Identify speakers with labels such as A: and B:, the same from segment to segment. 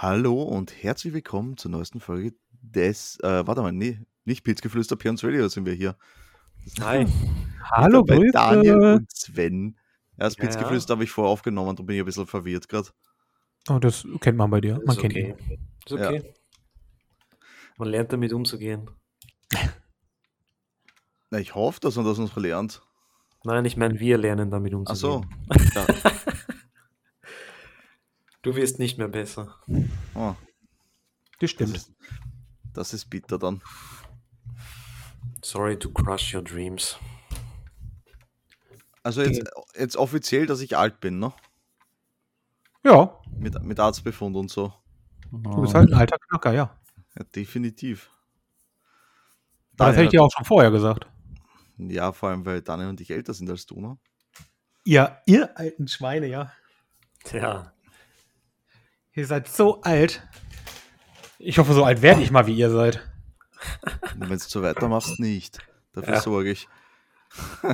A: Hallo und herzlich willkommen zur neuesten Folge des, äh, warte mal, nee, nicht Pilzgeflüster, Pions Radio sind wir hier.
B: Hi.
A: Hallo,
C: Hallo, Grüße.
A: Daniel und Sven. Erst
B: Ja, ja.
A: Pilzgeflüster habe ich vorher aufgenommen, darum bin ich ein bisschen verwirrt gerade.
C: Oh, das kennt man bei dir.
B: Ist
C: Man kennt
B: okay.
C: ihn.
B: Ist okay. Man lernt damit umzugehen.
A: Na, ich hoffe, dass man das noch lernt.
B: Nein, ich meine, wir lernen damit
A: Ach so.
B: umzugehen.
A: Ja.
B: Du wirst nicht mehr besser.
A: Oh,
C: Das
A: das,
C: stimmt.
A: ist, das ist bitter dann.
B: Sorry to crush your dreams.
A: Also jetzt, jetzt offiziell, dass ich alt bin, ne?
C: Ja,
A: Mit, mit Arztbefund und so.
C: du bist halt ein alter Knacker, ja.
A: Ja, definitiv.
C: Das hätte ich dir auch schon vorher gesagt.
A: ja, vor allem, weil Daniel und ich älter sind als du, ne?
C: Ja, ihr alten Schweine, ja.
B: Ja,
C: Ihr seid so alt. Ich hoffe, so alt werde ich mal, wie ihr seid.
A: Wenn du so weitermachst, nicht. Dafür
B: Ja.
A: sorge ich.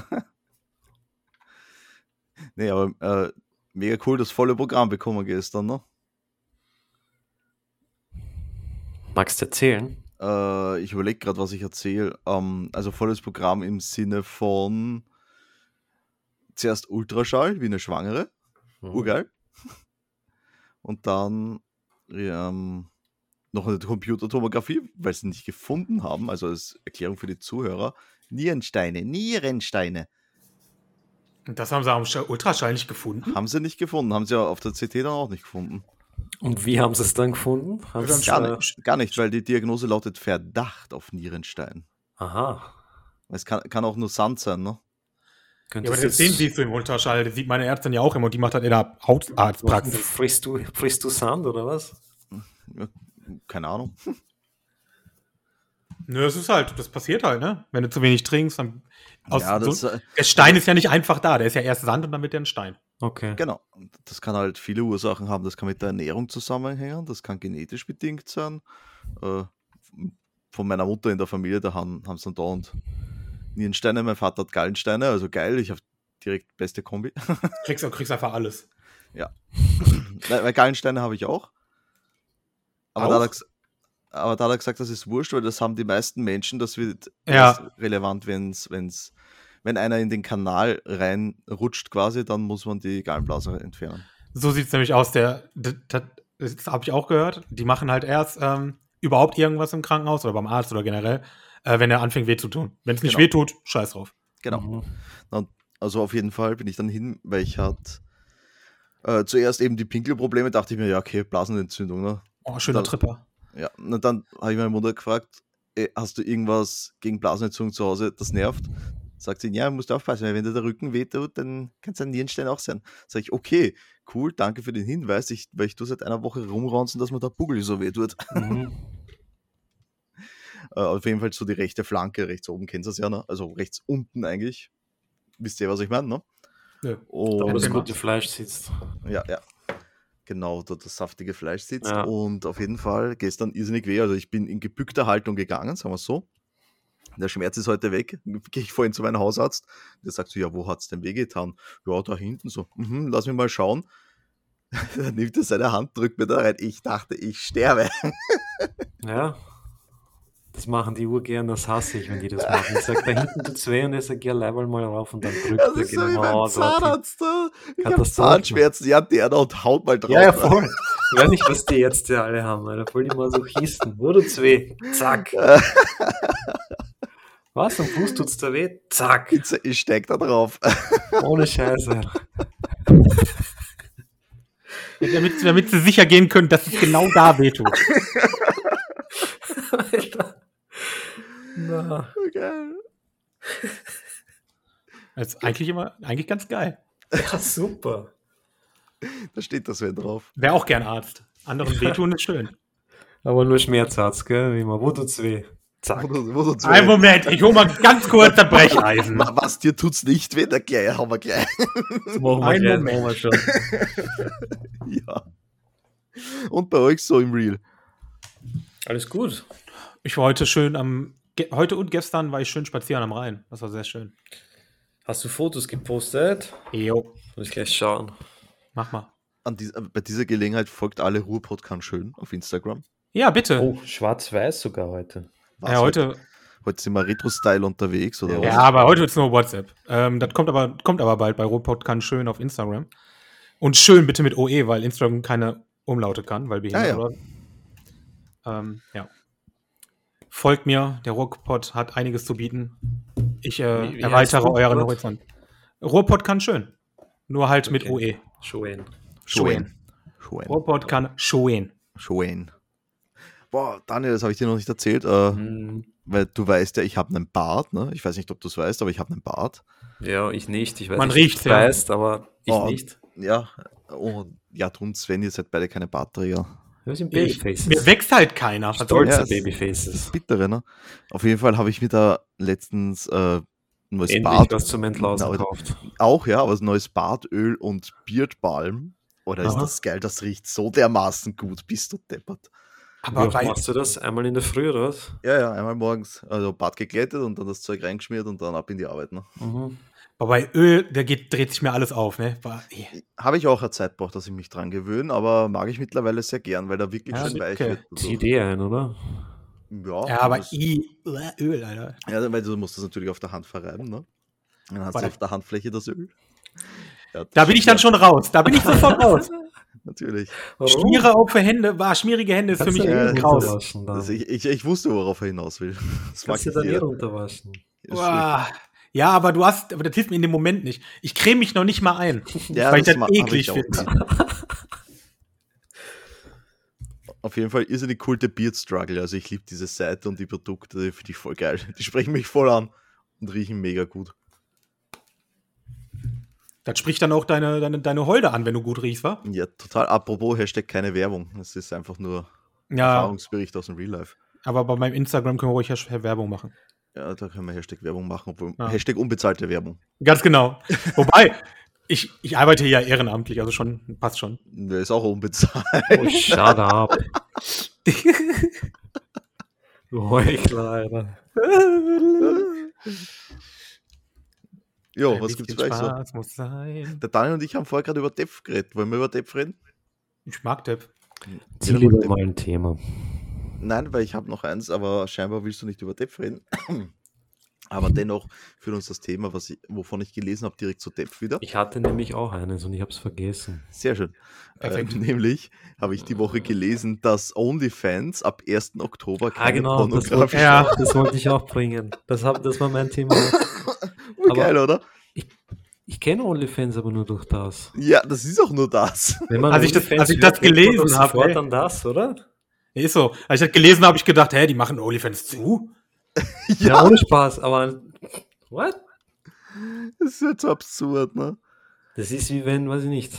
A: nee, aber äh, mega cool, das volle Programm bekommen gestern, ne?
B: magst du erzählen?
A: Äh, ich überlege gerade, was ich erzähle. Ähm, also volles Programm im Sinne von zuerst Ultraschall, wie eine Schwangere.
B: Hm.
A: Urgeil. Und dann ähm, noch eine Computertomographie, weil sie nicht gefunden haben, also als Erklärung für die Zuhörer. Nierensteine, Nierensteine.
C: Das haben sie am Sch- Ultraschall nicht gefunden.
A: Haben sie nicht gefunden, haben sie ja auf der CT dann auch nicht gefunden.
B: Und wie haben sie es dann gefunden? Haben
C: Ganz
B: sie's,
A: Gar
B: äh,
A: nicht, gar nicht weil die Diagnose lautet Verdacht auf Nierenstein.
B: Aha.
A: Es kann, kann auch nur Sand sein, ne?
C: Ja,
B: Könntest
C: aber das
B: jetzt-
C: sehen siehst du im Ultraschall. Das sieht meine Ärztin ja auch immer. Die macht das in der Hautarztpraxis.
B: Frisst du, frisst du Sand oder was?
A: Ja, Keine Ahnung.
C: Nö, das ist halt, das passiert halt, ne? Wenn du zu wenig trinkst, dann. Aus
A: ja, das,
C: so,
A: äh,
C: der Stein ist ja nicht einfach da. Der ist ja erst Sand und dann wird der ein Stein.
B: Okay.
A: genau. Das kann halt viele Ursachen haben. Das kann mit der Ernährung zusammenhängen, das kann genetisch bedingt sein. Äh, von meiner Mutter in der Familie, da haben, haben sie dann da und Nierensteine. Mein Vater hat Gallensteine, also geil. Ich habe direkt beste Kombi.
C: Kriegst, kriegst einfach alles.
A: Nein, weil Gallensteine habe ich auch. Aber, Da
C: Auch?
A: hat er, ges- aber da hat er gesagt, das ist wurscht, weil das haben die meisten Menschen, das wird
C: Ja.
A: erst relevant, wenn's, wenn's, wenn einer in den Kanal reinrutscht quasi, dann muss man die Gallenblase entfernen.
C: So sieht es nämlich aus. Der, das, das, das habe ich auch gehört. Die machen halt erst ähm, überhaupt irgendwas im Krankenhaus oder beim Arzt oder generell, äh, wenn er anfängt weh zu tun. Wenn es nicht
A: Genau.
C: weh tut, scheiß drauf.
A: Genau.
B: Mhm.
A: Also auf jeden Fall bin ich dann hin, weil ich hatte äh, zuerst eben die Pinkelprobleme, dachte ich mir, ja okay, Blasenentzündung, ne?
C: Oh, schöner
A: Da-
C: Tripper.
A: Ja, und dann habe ich meine Mutter gefragt, "Ey, hast du irgendwas gegen Blasenentzündung zu Hause, das nervt? Sagt sie, ja, musst du aufpassen, weil wenn dir der Rücken weh tut, dann kann es ein Nierenstein auch sein. Sag ich, okay, cool, danke für den Hinweis, ich, weil ich tue seit einer Woche rumraunzen, dass mir der Bugel so weh tut.
B: Mhm.
A: Äh, auf jeden Fall so die rechte Flanke, rechts oben kennst du das ja, ne? also rechts unten eigentlich. Wisst ihr, was ich meine, ne?
C: Ja.
B: Da, wo
A: Und
B: das
C: Ja.
B: gute Fleisch sitzt.
A: Ja, ja. Genau, da das saftige Fleisch sitzt.
B: Ja.
A: Und auf jeden Fall gestern irrsinnig weh. Also ich bin in gebückter Haltung gegangen, sagen wir es so. Der Schmerz ist heute weg. Gehe ich vorhin zu meinem Hausarzt. Der sagt so, ja, wo hat es denn wehgetan? Ja, da hinten so. Mhm, lass mich mal schauen. Dann nimmt er seine Hand, drückt mir da rein. Ich dachte, ich sterbe.
B: Ja. Das machen die Uhr gern, das hasse ich, wenn die das machen. Ich sag, da hinten tut's weh und er sagt, ja, leibel mal rauf und dann drückt
A: Das
B: er
A: ist so wie
B: genau,
A: beim
B: dort hin.
A: Zahnarzt. da. Ich habe
B: Katastrophe.
A: Zahnschmerzen. Ja, der da und haut mal drauf.
B: Ja, ja, voll. Ich weiß nicht, was die jetzt ja alle haben, Alter. Voll die Masochisten. Wo tut's weh? Zack. Was? Am Fuß tut's da weh? Zack.
A: Ich, ich steig da drauf.
B: Ohne Scheiße.
C: Damit, damit sie sicher gehen können, dass es genau da weh tut.
B: Alter. Na.
A: Geil.
C: Das ist eigentlich immer, eigentlich ganz geil.
B: Ja, super.
A: Da steht das Sven drauf.
C: Wäre auch gern Arzt. Anderen wehtun ist schön.
B: Aber nur Schmerzarzt, gell? Wie immer. Wo tut's weh? Zack.
A: Wo- wo sonst
C: Ein
A: weh?
C: Moment, ich hole mal ganz kurz das Brecheisen.
A: Na, was, dir tut's nicht weh? Na, gleich, haben wir gleich.
B: Das machen
C: Ein
B: gleich,
C: Moment.
B: machen wir schon.
A: Ja. Und bei euch so im Real.
B: Alles gut.
C: Ich war heute schön am, ge- heute und gestern war ich schön spazieren am Rhein. Das war sehr schön.
B: Hast du Fotos gepostet?
C: Jo,
B: Muss ich gleich schauen.
C: mach mal.
A: an dies, äh, bei dieser Gelegenheit folgt alle Ruhrpott kann schön auf Instagram.
C: Ja, bitte.
D: Oh, schwarz-weiß sogar heute.
A: Was
C: ja, heute,
A: Heute sind wir Retro-Style unterwegs, oder
C: Ja, aber heute wird es nur WhatsApp. Ähm, das kommt aber, kommt aber bald bei Robot kann schön auf Instagram. Und schön bitte mit OE, weil Instagram keine Umlaute kann, weil wir
B: Ah,
A: Ja, ja.
C: oder? Ähm, ja. Folgt mir, der Ruhrpott hat einiges zu bieten. Ich äh,
B: Wie- wie heißt
C: erweitere euren
B: Ruhrpott?
C: Horizont. Ruhrpott kann schön. Nur halt mit OE.
B: Okay. Schön.
A: Schön. Schön.
C: Ruhrpott kann schön.
A: Schön. Boah, Daniel, das habe ich dir noch nicht erzählt, äh,
C: Mhm.
B: Hm,
A: weil du weißt ja, ich habe einen Bart, ne? Ich weiß nicht, ob du es weißt, aber ich habe einen Bart.
B: Ja, ich nicht. Ich weiß
C: Man
B: nicht,
C: riecht's,
B: ob du
C: ja.
B: weißt, aber ich
A: Oh.
B: nicht.
A: Ja, und ja, drum, Sven, ihr seid beide keine Bartträger.
B: Wir sind
C: Ich,
B: Babyfaces.
C: mir wächst halt keiner. Was soll's?
B: Stolze
A: Ja, es-
B: Babyfaces.
A: Bittere, ne? Auf jeden Fall habe ich mir da letztens äh, ein neues
B: Endlich
A: Bart.
B: was zum Entlassen
A: Genau.
B: gekauft.
A: Auch, ja, aber ein neues Bartöl und Beardbalm. Oder ist
C: Aha.
A: das geil? Das riecht so dermaßen gut. Bist du deppert?
B: Wie
C: Aber
B: oft
C: bei,
B: machst du das? Einmal in der Früh oder was?
A: Ja, ja, einmal morgens. Also Bart geglättet und dann das Zeug reingeschmiert und dann ab in die Arbeit, ne?
B: Mhm.
C: aber bei Öl, da geht, dreht sich mir alles auf, ne? Bei-
A: Hm. Habe ich auch eine Zeit braucht, dass ich mich dran gewöhne, aber mag ich mittlerweile sehr gern, weil da wirklich
C: Ja,
A: schön weich
C: okay.
A: wird. dadurch.
B: Zieh dir ein, oder? Oh,
A: Ja,
C: Ja, aber
A: das-
C: I, Uah, Öl, Alter.
A: ja, weil du musst das natürlich auf der Hand verreiben, ne? Dann hast du
C: Warte.
A: auf der Handfläche das Öl. Ja, das
C: Da bin ich dann
A: schmiert
C: schon raus. Da bin ich sofort raus.
A: Natürlich.
C: Schmiere auf für Hände, war schmierige Hände für
B: Kannst
C: mich
B: du äh,
A: ja
C: eh
B: nicht
C: raus.
B: runterwaschen dann.
A: Also ich, ich, ich wusste, worauf er hinaus will. Das mag
B: Kannst du
A: nicht
B: dann eh
A: jeder.
B: runterwaschen.
A: Ist
C: Uah. Ja, aber du hast, aber das hilft mir in dem Moment nicht. Ich creme mich noch nicht mal ein.
A: schlecht. Ja,
C: weil ich
A: das
C: das
A: ma- hab
C: eklig
A: auch
C: finde.
A: nicht. Auf jeden Fall irrsinnig cool der Beard Struggle. Also ich liebe diese Seite und die Produkte, die finde ich voll geil. Die sprechen mich voll an und riechen mega gut.
C: Das spricht dann auch deine, deine, deine Holde an, wenn du gut riechst, wa?
A: Ja, total. Apropos, Hashtag keine Werbung. Es ist einfach nur
C: Ja,
A: Erfahrungsbericht aus dem Real Life.
C: aber bei meinem Instagram können wir ruhig Hash- Werbung machen.
A: Ja, da können wir Hashtag Werbung machen, obwohl
C: Ja.
A: Hashtag unbezahlte Werbung.
C: Ganz genau. Wobei, ich, ich arbeite ja ehrenamtlich, also schon, passt schon.
A: Der ist auch unbezahlt.
B: Oh, shut up. Heuchler, Alter.
A: jo,
C: Ein
A: was
C: bisschen
A: gibt's bei euch so?
C: Spaß muss sein.
A: Der Daniel und ich haben vorher gerade über Dev geredet. Wollen wir über Dev reden?
C: Ich mag Depp.
A: Ähm,
B: Zieh lieber mal ein Thema.
A: Nein, weil ich habe noch eins, aber scheinbar willst du nicht über Dev reden. Aber dennoch führt uns das Thema, was ich, wovon ich gelesen habe, direkt zu Dev wieder.
B: Ich hatte nämlich auch eines und ich hab's vergessen.
A: Sehr schön.
C: Perfekt.
A: Äh, nämlich habe ich die Woche gelesen, dass OnlyFans ab 1. Oktober keine
B: Ah, genau. Das wollte,
A: pornografische...
B: ich
C: Ja.
B: auch, das wollte ich auch bringen. Das, hab, das war mein Thema.
A: Oh,
B: aber-
A: Geil, oder?
B: Ich kenne OnlyFans aber nur durch das.
A: Ja, das ist auch nur das.
B: Wenn man
C: Als ich das-
B: OnlyFans
C: als ich
B: hört,
C: das
B: denkt man doch
C: gelesen hab,
B: sofort
C: ey.
B: an das, oder?
C: Ist so. Als ich das gelesen habe, habe ich gedacht, hä, die machen OnlyFans zu?
B: Ja, ohne Spaß, aber what?
A: Das ist jetzt so absurd, ne?
B: Das ist wie wenn, weiß ich nicht.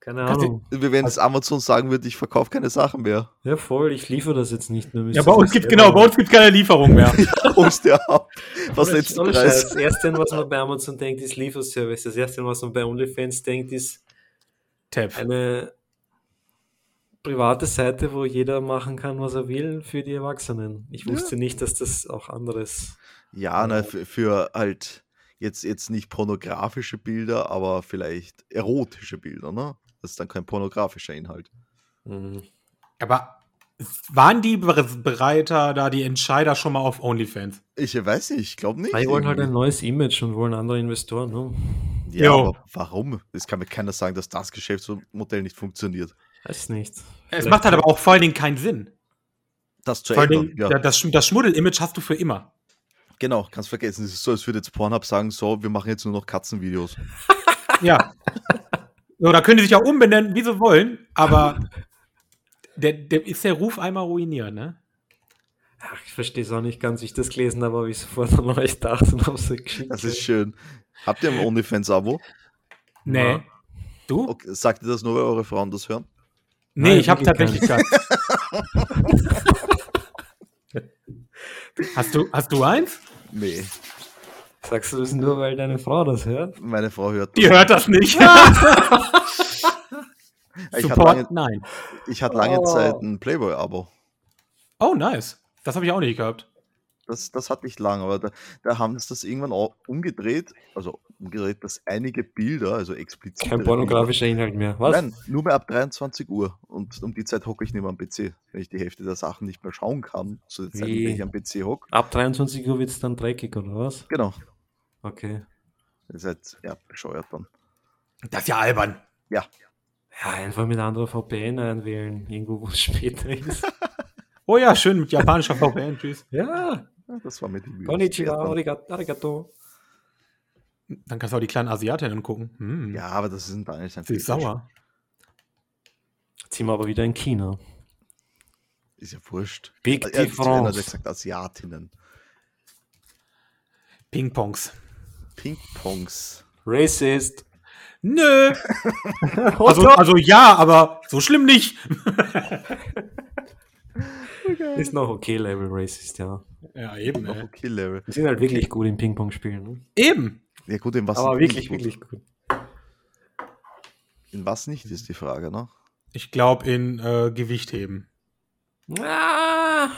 B: Keine
C: Kannst du-
B: Ahnung.
A: Wie wenn es
B: Also
A: Amazon sagen würde, ich verkaufe keine Sachen mehr.
B: Ja, voll, ich liefere das jetzt nicht mehr.
C: Ja, bei uns gibt genau, bei uns gibt keine Lieferung mehr.
A: Holst dir ab. Was
B: das
A: letzten
B: Das
A: Preis?
B: erste, was man bei Amazon denkt, ist Lieferservice. Das erste, was man bei OnlyFans denkt, ist
C: Tab.
B: eine private Seite, wo jeder machen kann, was er will für die Erwachsenen. Ich wusste nicht, dass das auch anderes.
A: Ja,
C: Ähm.
A: na, für, für halt jetzt, jetzt nicht pornografische Bilder, aber vielleicht erotische Bilder, ne? Das ist dann kein pornografischer Inhalt.
B: Mhm.
C: Aber waren die Bere- Bereiter da, die Entscheider schon mal auf OnlyFans?
A: Ich weiß nicht, ich glaube
C: Ah,
A: nicht.
B: Die wollen halt ein
A: irgendwie.
B: neues Image und wollen andere Investoren. Ne?
A: ja,
C: Jo.
A: aber warum? Es kann mir keiner sagen, dass das Geschäftsmodell nicht funktioniert.
B: Weiß nicht.
C: Es
B: Vielleicht-
C: macht halt aber auch vor allen Dingen keinen Sinn.
A: Das zu
C: Vor allen
A: ändern,
C: Dingen,
A: ja.
C: da- das, Sch- das Schmuddel-Image hast du für immer.
A: Genau, kannst vergessen. Es ist so, als würde jetzt Pornhub sagen, so, wir machen jetzt nur noch Katzenvideos.
C: Ja. so, da können die sich auch umbenennen, wie sie wollen, aber der, der ist der Ruf einmal ruiniert, ne?
B: Ach, ich verstehe es auch nicht ganz, wie ich das gelesen habe, aber ich sofort an euch dachte und habe es geschickt.
A: Das ist schön. Habt ihr ein OnlyFans-Abo?
C: Nee.
B: Ja.
C: Du?
A: Okay, sagt ihr das nur, weil eure Frauen das hören?
C: Nee,
B: Nein,
C: ich habe
B: wirklich
C: tatsächlich keinen. hast, du, hast du eins?
A: Nee,
B: Sagst du das nur, weil deine Frau das hört?
A: meine Frau hört.
C: Die hört das nicht.
A: Ich hatte lange,
C: Ah, Support? Nein.
A: ich hatte lange
B: Oh.
A: Zeit ein Playboy-Abo.
C: Oh, nice. Das habe ich auch nicht gehabt.
A: Das, das hatte ich lang, aber da, da haben sie das irgendwann auch umgedreht, also umgedreht, dass einige Bilder, also explizit.
B: Kein pornografischer Inhalt mehr. Was?
A: Nein, nur mehr ab 23 Uhr. Und um die Zeit hocke ich nicht mehr am PC, wenn ich die Hälfte der Sachen nicht mehr schauen kann, zu der Zeit, in der
B: Wie?
A: ich am PC hocke.
B: Ab 23 Uhr wird es dann dreckig, oder was?
A: Genau.
B: Okay.
A: Ihr seid ja bescheuert dann.
C: Das ist ja albern.
B: Ja, einfach mit anderer VPN einwählen, irgendwo, wo es später ist.
C: Oh ja, schön mit japanischer VPN. Tschüss.
B: ja,
A: Ja, das war mit dem
B: konnichiwa, arigato. arigato.
C: Dann kannst du auch die kleinen Asiatinnen gucken. Hm.
A: Ja, aber das ist ein Daniel sein
C: Sie ist
A: Fetisch.
C: sauer.
B: Jetzt sind wir aber wieder in China.
A: Ist ja wurscht.
B: Big
A: Er hat zu einer hat er
B: Difference.
A: gesagt, Asiatinnen.
C: Ping-Pongs.
A: Ping-Pongs.
B: Racist.
C: Nö. Also,
B: Also,
C: also ja, aber so schlimm nicht.
B: ist noch okay, Level Racist, ja.
C: Ja, eben.
A: Noch
C: Ey.
A: okay, Level.
B: Wir sind halt wirklich gut im Ping-Pong-Spielen. Ne?
C: Eben.
A: Ja, gut, in was
B: Aber
A: sind
B: wirklich,
A: die gut?
B: wirklich gut.
A: In was nicht, ist die Frage, ne?
C: Ich glaube in äh, Gewicht heben.
B: Ah,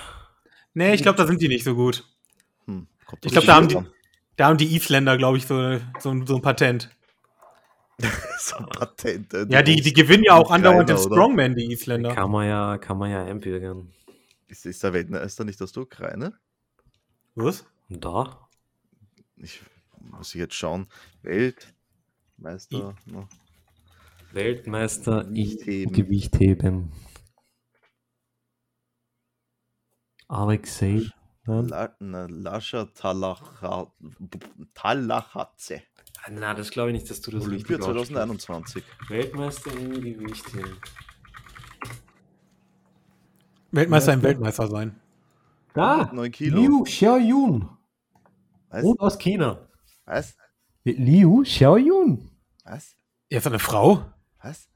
C: Nee, ich glaube, da sind die nicht so gut.
A: Hm, kommt
C: Ich
A: drauf
C: glaube, da haben
A: an.
C: die, da haben die Isländer, glaube ich, so, so, ein- so ein Patent.
A: so ein Patent. äh,
C: Ja, die,
A: Russen
C: die gewinnen ja auch
A: und
C: andauernd den
A: Ukrainer, oder?
C: Strongman, die Isländer.
B: kann man ja, kann man ja einbürgern.
A: Ist, ist der Weltmeister nicht aus der Ukraine?
C: Was?
B: Und da?
A: Ich muss ich jetzt schauen. Weltmeister. ne?
B: Weltmeister
A: Nicht
B: im
A: heben.
B: Gewichtheben. Alexei.
C: Hm.
B: Nein,
A: La, na, Lascha Talacha- Talachatze.
B: na, das glaube ich nicht, dass du das
A: Olympia
B: richtig aussprichst.
A: 2021.
B: Weltmeister im Gewichtheben.
C: Weltmeister im Weltmeister sein.
B: Da!
A: 9 Kilo.
B: Liu Xiaoyun.
A: Was?
B: Und aus China.
A: Was?
B: Liu Xiaoyun.
A: Was?
C: Er ist eine Frau?
A: Was?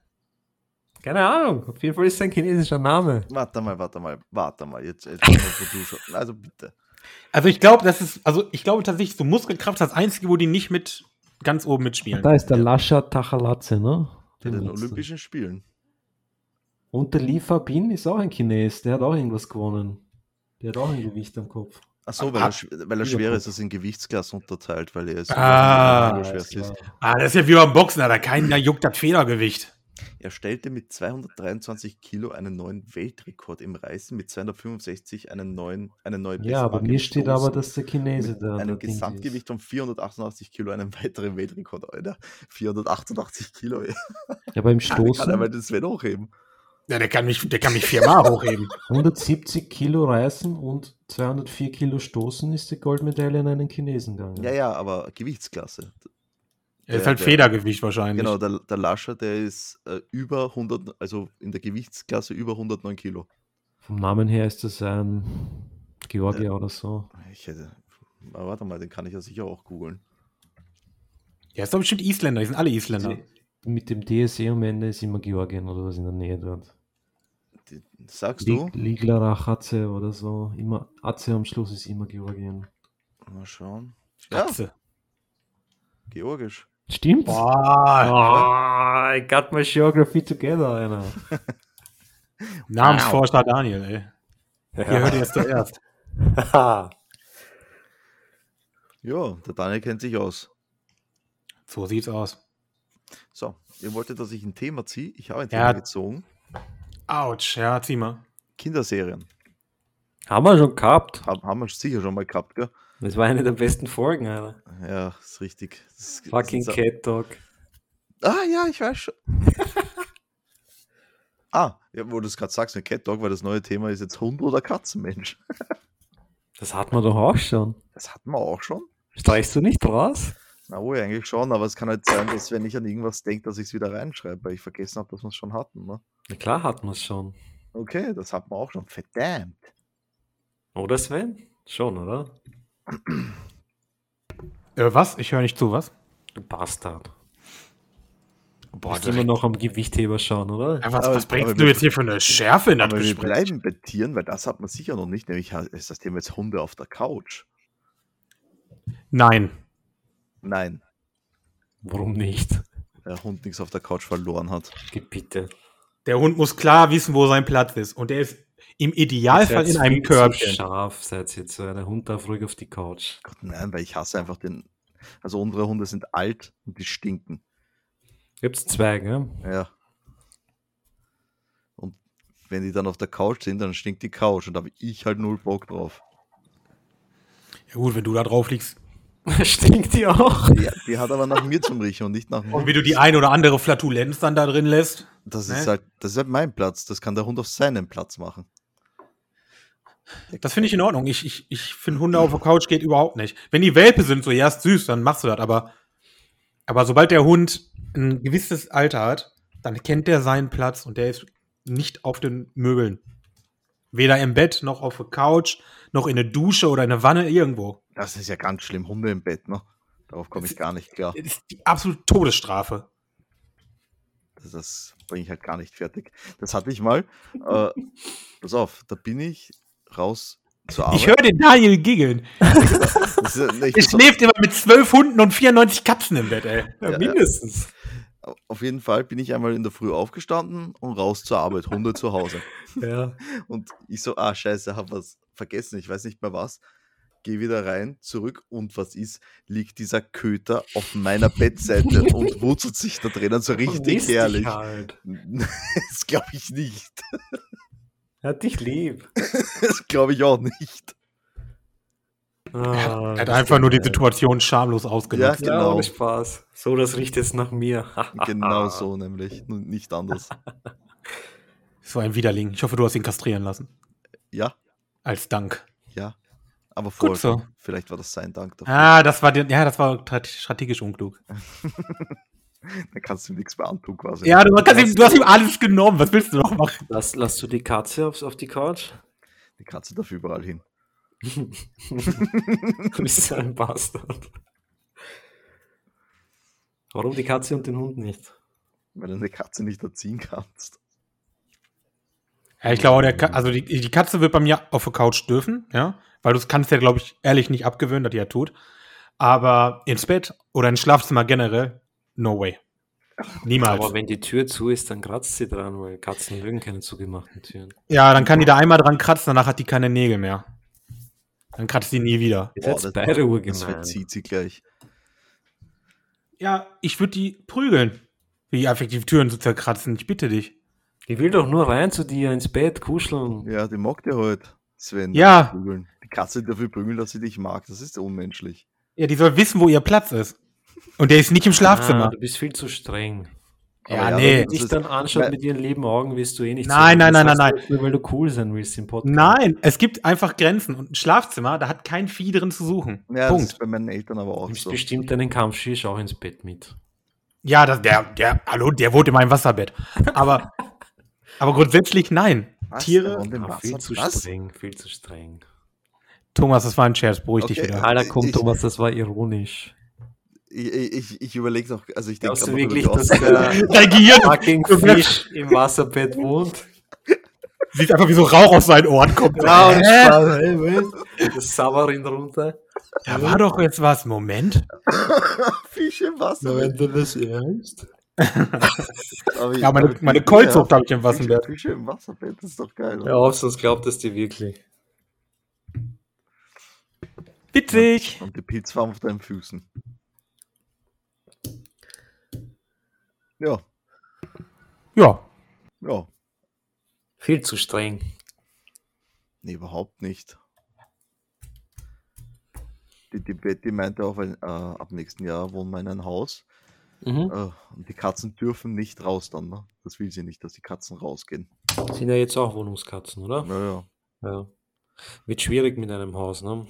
B: Keine Ahnung. Auf jeden Fall ist sein chinesischer Name.
A: Warte mal, warte mal, warte mal. Jetzt, jetzt mal, wo du schon. Also bitte.
C: Also ich glaube, das ist, also ich glaube tatsächlich, so Muskelkraft ist das Einzige, wo die nicht mit ganz oben mitspielen.
B: Da ist der Lascha Tachalatze, ne?
A: Bei den
B: letzten.
A: Olympischen Spielen.
B: Und der Li Fabin ist auch ein Chines, der hat auch irgendwas gewonnen. Der hat auch ein Gewicht am Kopf.
A: Achso, weil, er schw- weil er schwerer ist, ist in Gewichtsklassen unterteilt, weil er ist
C: Ah,
A: schwer
B: ist
A: ist.
B: klar.
C: Ah, das ist ja wie beim Boxen, Alter. Keiner juckt das Federgewicht.
A: Er stellte mit 223 Kilo einen neuen Weltrekord im Reißen, mit 265 einen neuen, eine neue
B: Ja, aber
A: Bestmarke
B: mir
A: im
B: steht
A: Stoßen,
B: aber, dass der Chinese
A: mit
B: da.
A: einem
B: der Dings
A: Gesamtgewicht von 488 Kilo einen weiteren Weltrekord, Alter. 488 Kilo, ey.
B: Ist. Ja, beim
A: Kann er mal
B: Stoßen
A: den Sven hochheben.
C: Ja, der kann mich, der kann mich viermal hochheben.
B: 170 Kilo reißen und 204 Kilo stoßen ist die Goldmedaille an einen Chinesen gegangen.
A: Ja, ja, aber Gewichtsklasse.
C: Er ist
A: Ja,
C: halt
A: der-
C: Federgewicht wahrscheinlich.
A: Genau, der, der Lascher, der ist äh, über 100, also in der Gewichtsklasse über 109 Kilo.
B: Vom Namen her ist das ein Georgier oder so.
A: Ich hätte. Aber warte mal, den kann ich ja sicher auch googeln.
C: Ja, ist doch bestimmt Isländer. Die sind alle Isländer.
B: Also Mit dem DSE am Ende ist immer Georgien oder was in der Nähe dort.
A: Die- Sagst du?
B: Lig- Liglerach, Atze oder so. Immer Atze am Schluss ist immer Georgien.
A: Mal schauen. Ja,
C: Katze.
A: georgisch.
B: Stimmt?
C: Boah,
B: Ah, I got my geography together, Alter.
C: Namensforscher Daniel, ey. Ihr hört ihr es zuerst.
B: Ja.
A: Ja, der Daniel kennt sich aus.
C: So sieht's aus.
A: So, ihr wolltet, dass ich ein Thema ziehe. Ich habe ein Thema
C: Ja.
A: gezogen.
C: Autsch, ja, zieh mal.
A: Kinderserien.
B: Haben wir schon gehabt.
A: Hab, haben wir sicher schon mal gehabt, gell?
B: Das war eine der besten Folgen, Alter.
A: Ja, ist richtig. Das ist-
B: Fucking
A: das ist-
B: Cat Talk.
A: Ah, ja, ich weiß schon. ah, ja, wo du es gerade sagst mit Cat Dog, weil das neue Thema ist jetzt Hund oder Katzenmensch.
B: Das hat man doch auch schon.
A: Das hatten wir auch schon.
B: Streichst du nicht raus?
A: Na, wohl eigentlich schon, aber es kann halt sein, dass wenn ich an irgendwas denke, dass ich es wieder reinschreibe, weil ich vergessen habe, dass wir es schon hatten. Ne?
B: Na klar hat man es schon.
A: Okay, das hatten wir auch schon. Verdammt.
B: Oder Sven? Schon, oder?
C: Äh, was? Ich höre nicht zu, was?
B: Du Bastard. Du
C: Boah,
B: musst immer noch am Gewichtheber schauen, oder?
C: was,
A: Aber-
C: was
A: aber
C: bringst du
A: wir-
C: jetzt hier für eine Schärfe in das
A: Aber wir
C: Gespräch?
A: bleiben bei Tieren, weil das hat man sicher noch nicht. Nämlich ist das Thema jetzt Hunde auf der Couch.
C: Nein.
A: Nein,
B: Warum nicht?
A: der äh, Hund nichts auf der Couch verloren hat.
B: Geh bitte.
C: Der Hund muss klar wissen, wo sein Platz ist. Und der ist Im Idealfall in einem Körbchen.
B: Scharf seid ihr jetzt. äh, Der Hund darf ruhig auf die Couch.
A: Gott, nein, weil ich hasse einfach den. Also unsere Hunde sind alt und die stinken.
B: Gibt's zwei, gell?
A: Ja. Und wenn die dann auf der Couch sind, dann stinkt die Couch und da habe ich halt null Bock drauf.
C: Ja gut, wenn du da drauf liegst.
B: Stinkt die auch?
A: Die, die hat aber nach mir zum Riechen und nicht nach
C: Und
A: mir.
C: wie du die ein oder andere Flatulenz dann da drin lässt.
A: Das
C: Ne?
A: ist halt, das ist halt mein Platz. Das kann der Hund auf seinem Platz machen.
C: Das finde ich in Ordnung. Ich, ich, ich finde Hunde auf der Couch geht überhaupt nicht. Wenn die Welpe sind, so ja, ist süß, dann machst du das. Aber, aber sobald der Hund ein gewisses Alter hat, dann kennt der seinen Platz und der ist nicht auf den Möbeln. Weder im Bett, noch auf der Couch, noch in der Dusche oder in der Wanne, irgendwo.
A: Das ist ja ganz schlimm. Hunde im Bett, ne? Darauf komme ich gar nicht klar.
C: Das ist die absolute Todesstrafe.
A: Das, das bringe ich halt gar nicht fertig. Das hatte ich mal. Äh, pass auf, da bin ich raus zur Arbeit.
C: ich höre den Daniel giggeln.
A: Das ist- ne, ich
C: Er
A: muss-
C: schläft immer mit zwölf Hunden und 94 Katzen im Bett, ey.
A: Ja,
B: mindestens.
A: Auf jeden Fall bin ich einmal in der Früh aufgestanden und raus zur Arbeit. Hunde zu Hause.
B: Ja.
A: Und ich so, ah, scheiße, hab was vergessen, ich weiß nicht mehr was. Geh wieder rein, zurück und was ist? Liegt dieser Köter auf meiner Bettseite und wurzelt sich da drinnen so richtig
B: Vermisst dich
A: herrlich.
B: Halt.
A: Das glaube ich nicht.
B: Er hat dich lieb.
A: Das glaube ich auch nicht.
B: Ah,
C: Er hat einfach nur die Situation schamlos
A: Ja,
C: ausgenutzt.
B: Ja,
A: genau.
B: ohne Spaß. So, das riecht jetzt nach mir.
A: Genau so nämlich. Nun, Nicht anders.
C: So ein Widerling. Ich hoffe, du hast ihn kastrieren lassen.
A: Ja,
C: Als Dank.
A: ja. Aber vorher,
C: Gut so.
A: vielleicht war das sein Dank dafür.
C: Ah, das war, dir- ja, das war tra- strategisch unklug.
A: Da kannst du ihm nichts mehr antun quasi.
C: Ja, du, kannst ihm, du hast ihm alles genommen. Was willst du noch machen?
B: Lass, lass du die Katze aufs, auf die Couch?
A: Die Katze darf überall hin.
B: Du bist so ein Bastard. Warum die Katze und den Hund nicht?
A: Wenn du eine Katze nicht erziehen kannst.
C: Ja, ich glaube, der Ka also die, die Katze wird bei mir auf der Couch dürfen, ja. Weil du kannst ja, glaube ich, ehrlich nicht abgewöhnen, dass die ja tut. Aber ins Bett oder ins Schlafzimmer generell, no way. Niemals.
B: Aber wenn die Tür zu ist, dann kratzt sie dran, weil Katzen mögen keine zugemachten Türen.
C: Ja, dann kann die da einmal dran kratzen, danach hat die keine Nägel mehr. Dann kratzt die nie wieder.
B: Ihr
A: Boah,
B: seid
A: das-
B: beide
A: Das
B: urgemein.
A: verzieht sie gleich.
C: Ja, ich würde die prügeln. Wie effektiv Türen zu zerkratzen, ich bitte dich.
B: Die will doch nur rein zu dir ins Bett kuscheln.
A: Ja, die mag dir halt, Sven.
C: Ja.
A: dafür prügeln. Die Katze dafür prügeln, dass sie dich mag. Das ist unmenschlich.
C: Ja, die soll wissen, wo ihr Platz ist. Und der ist nicht im
B: Ah,
C: Schlafzimmer.
B: du bist viel zu streng.
A: Aber
C: ja,
A: wenn
C: nee.
A: du
B: Dich
A: das-
B: dann anschaut
A: Nein.
B: mit ihren lieben Augen, wirst du eh nicht sehen.
C: Nein, nein,
B: Das
C: nein,
B: sagst
C: nein,
B: du jetzt Nur, weil du cool sein willst im Podcast.
C: Nein, es gibt einfach Grenzen. Und ein Schlafzimmer, da hat kein Vieh drin zu suchen.
A: Ja, das ist
C: Punkt.
A: bei meinen Eltern aber
B: Du
A: auch
B: nimmst
A: so.
B: bestimmt deinen Kampfschisch auch ins Bett mit.
C: Ja, das, der, der, hallo, der wohnt in meinem Wasserbett. Aber, aber grundsätzlich nein.
A: Was?
C: Tiere-
A: Und den
B: Ah, viel zu
A: Wasser- Was?
B: streng, viel zu streng.
C: Thomas, das war ein Scherz, beruhig dich
A: Okay.
C: wieder.
B: Alter, komm,
A: Ich-
B: Thomas, das war ironisch.
A: Ich, ich, ich überlege noch, also ich denke
B: Glaubst du
A: grad noch
B: wirklich,
A: über die
B: dass
A: Aus-
B: der
C: Dein Gehirn
B: fucking Fisch im Wasserbett wohnt?
C: sieht einfach wie so Rauch aus seinen Ohren kommt. Hä?
B: Das Savarin runter.
C: Da
B: Also,
C: war doch jetzt was. Moment.
A: Fisch im Wasser.
B: du das ernst?
A: Aber ich-
C: Ja, meine,
A: aber
C: meine
A: Fische-
C: Kolzucht habe ich im
A: Fische,
C: Wasserbett.
A: Fische im Wasserbett, das ist doch geil.
B: Hör auf, sonst glaubt es dir wirklich.
C: Witzig.
A: Und die Pilzfarm auf deinen Füßen. Ja,
C: Ja,
A: ja.
B: Viel zu streng.
A: Nee, überhaupt nicht. Die, die Betty meinte auch, weil, äh, ab nächsten Jahr wohnen wir in einem Haus.
B: Mhm.
A: Ah, und die Katzen dürfen nicht raus dann, ne? Das will sie nicht, dass die Katzen rausgehen.
B: Sind ja jetzt auch Wohnungskatzen, oder?
A: Naja.
B: Ja. Wird schwierig mit einem Haus, ne?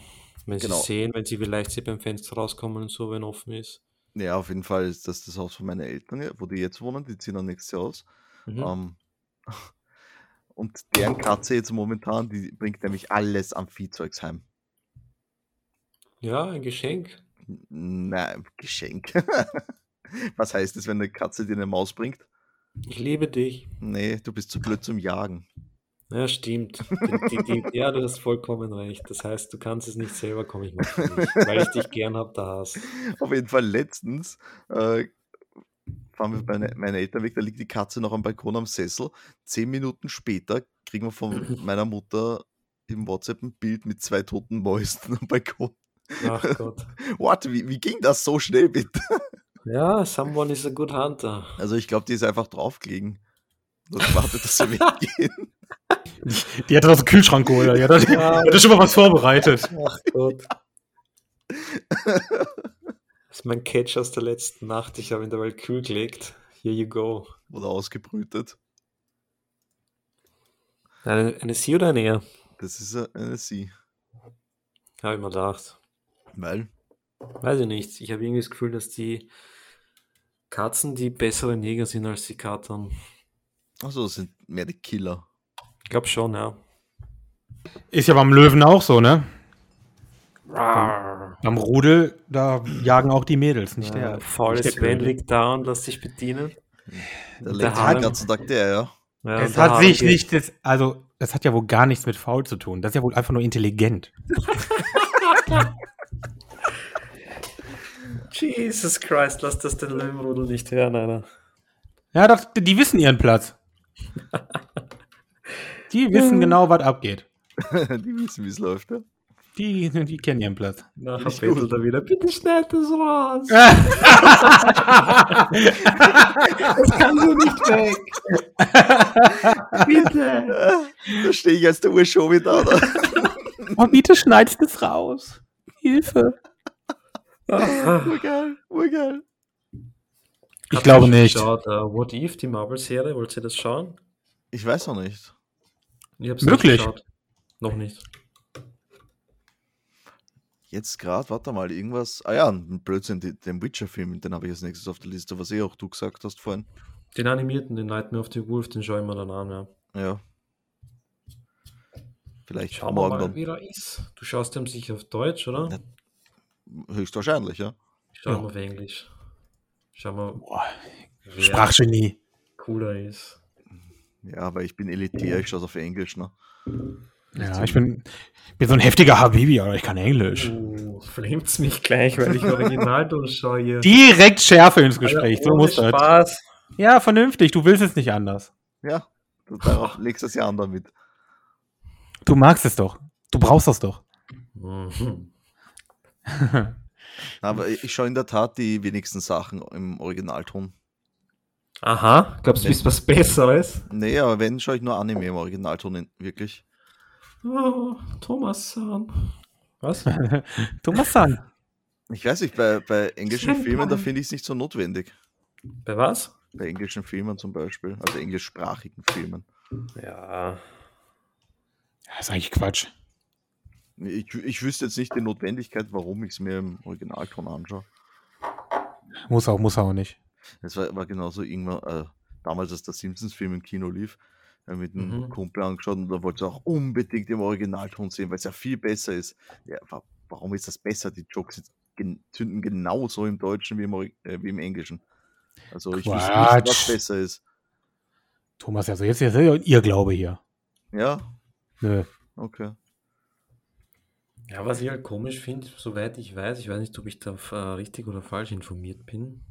B: Wenn
A: Genau.
B: sie sehen, wenn sie vielleicht sie beim Fenster rauskommen und so, wenn offen ist.
A: Ja, auf jeden Fall ist das das Haus von meinen Eltern, ja, wo die jetzt wohnen. Die ziehen dann nächstes Jahr aus.
B: Mhm.
A: Ähm, und deren Katze jetzt momentan, die bringt nämlich alles am Viehzeugs heim.
B: Ja, ein Geschenk.
A: Nein, Geschenk. Was heißt es, wenn eine Katze dir eine Maus bringt?
B: Ich liebe dich.
A: Nee, du bist zu blöd zum Jagen.
B: Ja, stimmt. Die, die, die, ja, du hast vollkommen recht. Das heißt, du kannst es nicht selber, komm, ich mach für dich. Weil ich dich gern hab, da hast.
A: Auf jeden Fall letztens äh, ne-, fahren wir bei meine, meinen Eltern weg, da liegt die Katze noch am Balkon am Sessel. Zehn Minuten später kriegen wir von meiner Mutter im WhatsApp ein Bild mit zwei toten Mäusen am Balkon.
B: Ach Gott.
A: What? Wie, wie ging das so schnell bitte?
B: Ja, someone is a good hunter.
A: Also ich glaube, die ist einfach draufgelegen. Und wartet, dass sie weggehen.
C: Die hat das aus dem Kühlschrank geholt. Die hat, da- die
B: Ja.
C: hat da schon mal was vorbereitet.
B: Ach Gott. Das ist mein Catch aus der letzten Nacht. Ich habe ihn dabei kühl gelegt. Here you go.
A: Oder ausgebrütet.
B: Eine, eine Sie oder eine Er?
A: Das ist eine Sie.
B: Habe ich mir gedacht.
A: Weil
B: Weiß ich nicht. Ich habe irgendwie das Gefühl, dass die Katzen die besseren Jäger sind als die Katern.
A: Also das sind mehr die Killer.
B: Ich glaube schon, ja.
C: Ist ja beim Löwen auch so, ne? Beim Rudel, da jagen auch die Mädels, nicht
B: Ja,
C: der.
B: faule
C: nicht der
B: Sven
C: König.
B: liegt da und lässt sich bedienen.
A: Der
B: Der
A: legt sich
B: Harlem.
A: den ganzen Tag der, ja.
B: Ja, und
C: Es
B: der
C: hat
B: Harley
C: sich
B: geht-
C: nicht, das, also, das hat ja wohl gar nichts mit faul zu tun. Das ist ja wohl einfach nur intelligent.
B: Jesus Christ, lass das den Löwenrudel nicht hören, Alter.
C: Ja, das, die wissen ihren Platz. Die wissen genau, was abgeht.
A: Die wissen, wie es läuft, ja.
C: Die, die kennen ihren Platz.
B: Nachher
A: Nicht
B: bettelt
A: gut.
B: er wieder, bitte schneid das raus. das kann so nicht weg. bitte.
A: Da stehe ich als der Urshow wieder. Oder?
C: Oh, bitte schneidest es raus. Hilfe.
B: Ah.
A: Urgeil, urgeil.
C: Ich glaube nicht.
B: Geschaut, äh, What If, die Marvel-Serie, wollt ihr das schauen?
A: Ich weiß noch nicht.
B: Ich hab's
C: Wirklich?
B: Nicht geschaut. Noch nicht.
A: Jetzt gerade, warte mal, irgendwas. Ah ja, ein Blödsinn, die- den Witcher-Film, den habe ich als nächstes auf der Liste, was eh auch du gesagt hast vorhin.
B: Den animierten, den Nightmare of the Wolf, den schaue ich mir dann an, ja.
A: Ja. Vielleicht
B: Schauen wir
A: morgen
B: mal,
A: dann.
B: wie er ist. Du schaust dem sicher auf Deutsch, oder?
A: Ja. Höchstwahrscheinlich, ja.
B: Schauen wir auf Englisch. Schauen wir,
C: Boah,
B: wer
C: Sprachgenie.
B: cooler ist.
A: Ja, weil ich bin elitär, ich schaue auf Englisch, ne?
C: Ja, ich bin, bin so ein heftiger Habibi, aber ich kann Englisch.
B: Uh, flamet's mich gleich, weil ich original durchschaue hier.
C: Direkt Schärfe ins Gespräch,
B: Alter, Also
C: so
B: ohne
C: muss das.
B: Spaß.
C: Ja, vernünftig, du willst es nicht anders.
A: Ja, darauf legst du das Jahr an damit.
C: Du magst es doch. Du brauchst das doch.
B: Mhm.
A: Na, aber ich schaue in der Tat die wenigsten Sachen im Originalton.
B: Aha, glaubst du, bist was Besseres?
A: Nee, aber wenn, schaue ich nur Anime im Originalton, in, wirklich.
B: Oh, Thomas-san. Was?
C: Thomas San.
A: Ich weiß nicht, bei, bei englischen
B: Senpai.
A: Filmen, da finde ich es nicht so notwendig.
B: Bei was?
A: Bei englischen Filmen zum Beispiel, also englischsprachigen Filmen.
B: Ja.
C: Das ist eigentlich Quatsch.
A: Ich, ich wüsste jetzt nicht die Notwendigkeit, warum ich es mir im Originalton anschaue.
C: Muss auch, muss auch nicht.
A: Es war, war genauso irgendwann, äh, damals, als der Simpsons-Film im Kino lief, äh, mit einem
B: Mhm.
A: Kumpel angeschaut und da wollte ich auch unbedingt im Originalton sehen, weil es ja viel besser ist. Ja, wa warum ist das besser? Die Jokes jetzt gen zünden genauso im Deutschen wie im, Ori- äh, wie im Englischen. Also ich wüsste nicht, was
C: Quatsch.
A: besser ist.
C: Thomas, also jetzt, jetzt ihr Glaube hier.
A: Ja,
C: Nö.
A: okay.
B: Ja, was ich halt komisch finde, soweit ich weiß, ich weiß nicht, ob ich da äh, richtig oder falsch informiert bin.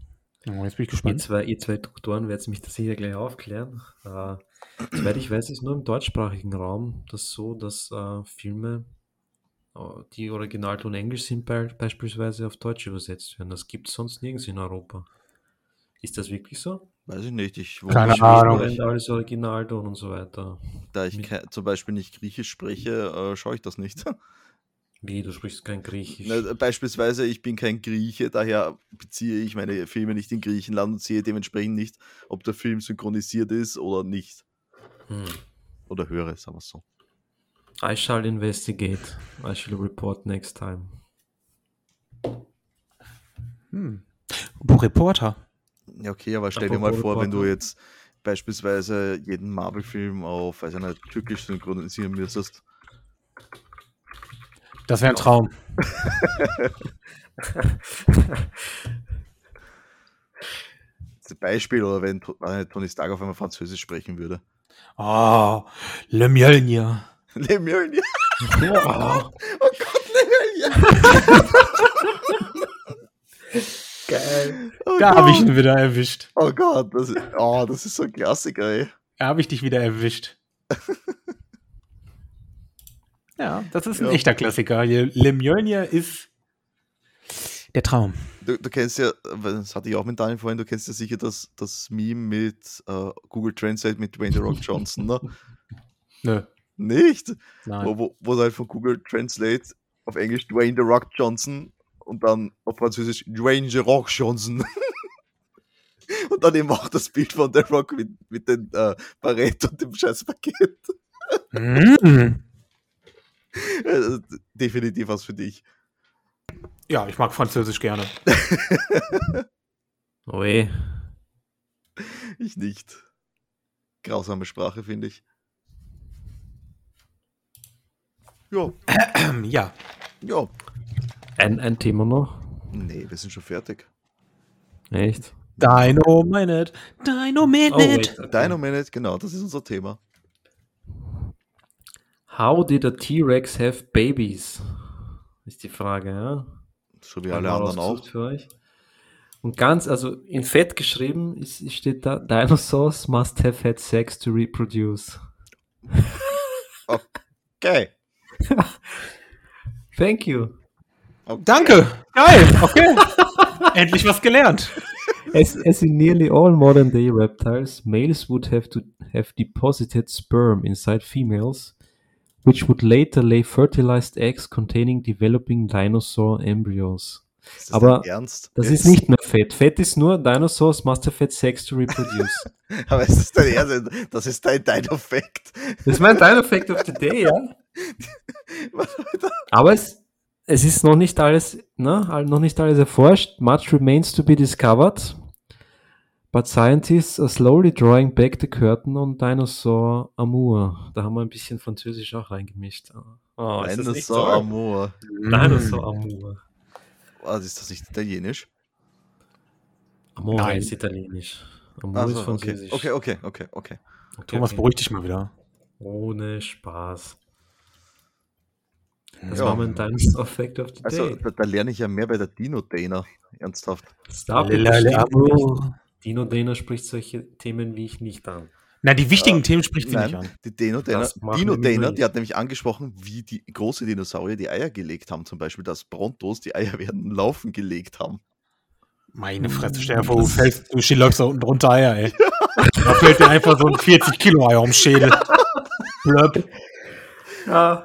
C: Oh, Jetzt bin ich
B: Ihr
C: gespannt.
B: zwei, ihr zwei Doktoren werdet mich das sicher gleich aufklären. Äh, soweit ich weiß, ist nur im deutschsprachigen Raum das so, dass äh, Filme, äh, die Originalton Englisch sind, bei, beispielsweise auf Deutsch übersetzt werden. Das gibt es sonst nirgends in Europa. Ist das wirklich so?
A: Weiß ich nicht. Ich
C: Keine
A: in
C: Ahnung.
A: Österreich.
B: Verwendet alles Originalton und so weiter.
A: Da ich ke- zum Beispiel nicht Griechisch spreche, äh, schaue ich das nicht.
B: Wie, du sprichst kein Griechisch.
A: Na, Beispielsweise, ich bin kein Grieche, daher beziehe ich meine Filme nicht in Griechenland und sehe dementsprechend nicht, ob der Film synchronisiert ist oder nicht.
B: Hm.
A: Oder höre, sagen wir es so.
B: I shall investigate. I shall report next time.
C: Hm. Du Reporter.
A: Ja, okay, aber stell dir mal
B: Apropos
A: vor, wenn du
B: Reporter.
A: jetzt beispielsweise jeden Marvel-Film auf, weiß ich nicht, türkisch synchronisieren müsstest.
C: Das wäre ein Traum.
A: Zum Beispiel, oder wenn To- weiß ich nicht, Tony Stark auf einmal Französisch sprechen würde.
C: Oh, Le Mjölnir.
A: Le Mjölnir.
B: Wow.
A: Oh Gott, Le Mjölnir.
B: Geil.
A: Oh
C: Da habe ich
A: Gott.
C: ihn wieder erwischt.
A: Oh Gott, das ist, oh, das ist so ein Klassiker, ey.
C: Da habe ich dich wieder erwischt. Ja, das ist ein
A: Ja.
C: echter Klassiker. Je- Le Mjölnir ist der Traum.
A: Du, du kennst ja, weil das hatte ich auch mit Daniel vorhin, du kennst ja sicher das, das Meme mit äh, Google Translate mit Dwayne The Rock Johnson, ne?
C: Nö,
A: Nicht?
C: nein.
A: Wo, wo, wo es halt von Google Translate auf Englisch Dwayne The Rock Johnson und dann auf Französisch Dwayne The Rock Johnson. und dann eben auch das Bild von The Rock mit, mit dem äh, Barett und dem Scheißpaket.
C: Mm.
A: Also, definitiv was für dich.
C: Ja, ich mag Französisch gerne.
B: Oh eh.
A: Ich nicht. Grausame Sprache, finde ich. Ja,
C: Ähm, ja,
A: ja.
B: Ein, ein Thema noch.
A: Nee, wir sind schon fertig.
B: Echt?
C: Dino Minute. Dino Minute.
B: Oh, okay.
A: Dino Minute, genau, das ist unser Thema.
B: How did a T-Rex have babies? Ist die Frage, ja?
A: So wie alle
B: Mal
A: anderen
B: rausgesucht
A: auch.
B: Für euch. Und ganz, also in Fett geschrieben ist, steht da, Dinosaurs must have had sex to reproduce.
A: Geil.
B: Thank you.
A: Okay.
C: Danke. Geil. Okay. Endlich was gelernt.
B: As, as in nearly all modern day reptiles, males would have to have deposited sperm inside females, which would later lay fertilized eggs containing developing dinosaur embryos.
A: Ist das
B: Aber
A: dein Ernst?
B: Das
A: Jetzt-
B: ist nicht mehr Fett. Fett ist nur Dinosaurs must have had sex to reproduce.
A: Aber es ist dein Ernst. Das ist dein Dino-Fact.
B: Das ist mein Dino Fact of the Day, ja.
A: Was-
B: Aber es, es ist noch nicht alles, ne, all- noch nicht alles erforscht. Much remains to be discovered. But scientists are slowly drawing back the curtain on dinosaur amour. Da haben wir ein bisschen Französisch auch reingemischt. Oh, ist das nicht
A: Dinosaur
B: so?
A: Amor.
B: Dinosaur
C: Mm.
B: amour.
A: Was ist das nicht italienisch?
B: Amore
C: Nein.
B: ist italienisch. Amour
A: Ach
B: ist
A: so, Also, okay.
B: französisch.
A: okay, okay, okay, okay.
B: Okay,
C: Thomas,
B: okay.
C: beruhig dich mal wieder.
B: Ohne Spaß. Das
A: Ja.
B: war mein Dinosaur Fact of the Day.
A: Also, da, da lerne ich ja mehr bei der Dino-Dana. Ernsthaft.
B: Stop it,
C: Lele,
B: stimmt nicht.
C: Amour.
B: Dino Dana spricht solche Themen wie ich nicht an.
C: Na, die wichtigen Themen spricht sie
A: Nein.
C: nicht an.
A: Die Dino Dana,
B: Das machen
A: Dino
B: wir
A: Dana
B: nicht.
A: die hat nämlich angesprochen, wie die große Dinosaurier die Eier gelegt haben. Zum Beispiel, dass Brontos die Eier werden laufen gelegt haben.
C: Meine Fresse, stell dir vor, du, fällst, du stehst- läufst da unten drunter Eier, ey. da fällt dir einfach so ein 40-Kilo-Eier um den Schädel. Blöp.
B: Ja,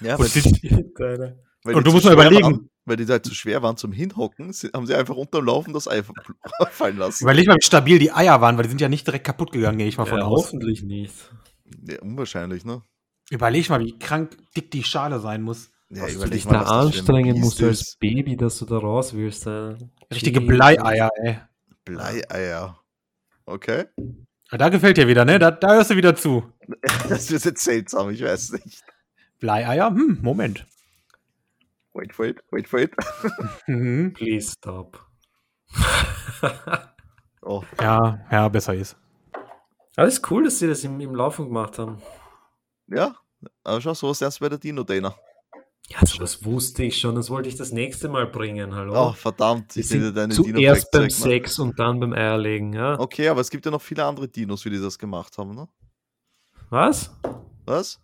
A: Ja, weil
C: Und,
A: die,
C: die-
A: weil
C: und
A: die
C: du
A: zu
C: musst
A: schwer
C: mal überlegen.
A: Waren, weil die halt zu schwer waren zum Hinhocken, sie- haben sie einfach unterm Laufen das Ei fallen lassen.
C: überleg mal, wie stabil die Eier waren, weil die sind ja nicht direkt kaputt gegangen, gehe ich mal von aus.
B: hoffentlich nicht.
A: Ja, unwahrscheinlich, ne?
C: Überleg mal, wie krank dick die Schale sein muss.
A: Ja,
B: Dass du
A: überleg
B: dich
A: mal,
B: da
A: was das für ein
B: anstrengen
A: Biest
B: musst als
A: ist.
B: Baby, dass du da raus willst. Äh.
C: Richtige
B: Jesus.
C: Bleieier, ey.
A: Bleieier. Okay?
C: Ja, Da gefällt dir wieder, ne? Da, da hörst du wieder zu.
A: Das wird jetzt seltsam, ich weiß nicht.
C: Bleieier? Hm, Moment.
A: Wait for it, wait for it.
C: Mhm.
B: Please stop.
A: Oh,
C: Ja, ja, besser ist.
B: Alles cool, dass sie das im, im Laufen gemacht haben.
A: ja. Aber schau, sowas erst bei der Dino-Dana.
B: Ja, sowas wusste ich schon. Das wollte ich das nächste Mal bringen. Hallo.
A: Oh, verdammt,
B: Wir
A: ich nehme dir
B: sind
A: deine
B: zuerst beim
A: Dino-Facts weg, ne?
B: Sex und dann beim Eierlegen. Ja?
A: Okay, aber es gibt ja noch viele andere Dinos, wie die das gemacht haben, ne?
B: Was?
A: Was?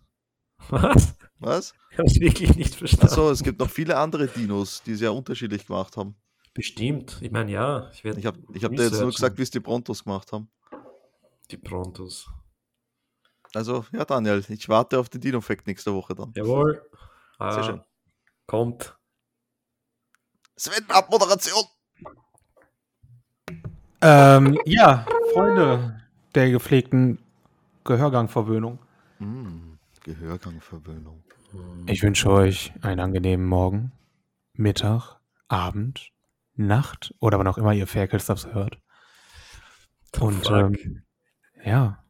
B: Was?
A: Was?
B: Ich habe es wirklich nicht verstanden.
A: Achso, es gibt noch viele andere Dinos, die sehr unterschiedlich gemacht haben.
B: Bestimmt. Ich meine, ja. Ich, werd
A: Ich habe ich hab dir jetzt nur
B: researchen.
A: gesagt, wie es die Brontos gemacht haben.
B: Die Prontos.
A: Also, ja, Daniel, ich warte auf den Dino-Fact nächste Woche dann.
B: Jawohl. Ah,
A: Sehr schön.
B: Kommt.
A: Sven, Abmoderation!
C: Ähm, ja, Freunde der gepflegten Gehörgangverwöhnung.
A: Mm, Gehörgangverwöhnung.
C: Ich wünsche euch einen angenehmen Morgen, Mittag, Abend, Nacht oder wann auch immer ihr Ferkelstuffs hört. Und
B: Fuck.
C: ähm, ja,